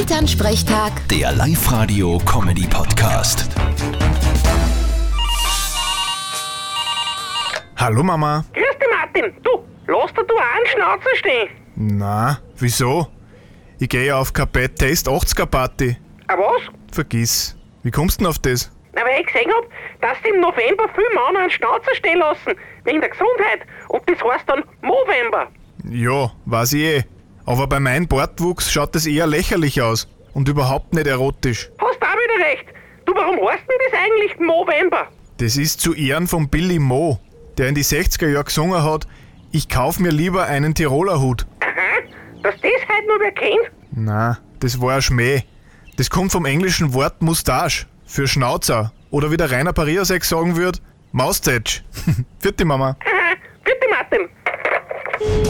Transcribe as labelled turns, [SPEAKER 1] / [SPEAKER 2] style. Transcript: [SPEAKER 1] Elternsprechtag,
[SPEAKER 2] Der Live-Radio-Comedy-Podcast.
[SPEAKER 3] Hallo Mama.
[SPEAKER 4] Grüß dich, Martin. Du, lass dir du auch einen Schnauzer stehen.
[SPEAKER 3] Na, wieso? Ich gehe auf Kapett Test 80er Party.
[SPEAKER 4] Ah, was?
[SPEAKER 3] Vergiss. Wie kommst du denn auf das?
[SPEAKER 4] Na, weil ich gesehen hab, dass sie im November viele Männer einen Schnauzer stehen lassen, wegen der Gesundheit. Und das heißt dann Movember.
[SPEAKER 3] Ja, weiß ich eh. Aber bei meinem Bartwuchs schaut das eher lächerlich aus und überhaupt nicht erotisch.
[SPEAKER 4] Hast da wieder recht. Du, warum heißt denn das eigentlich Movember?
[SPEAKER 3] Das ist zu Ehren von Billy Mo, der in die 60er Jahre gesungen hat, ich kauf mir lieber einen Tiroler Hut.
[SPEAKER 4] Aha, dass das halt nur wer kennt?
[SPEAKER 3] Na, das war ein Schmäh. Das kommt vom englischen Wort Mustache für Schnauzer. Oder wie der Rainer Pariasek sagen würde, Maustatsch. Vierte Mama.
[SPEAKER 4] Aha, bitte, Martin.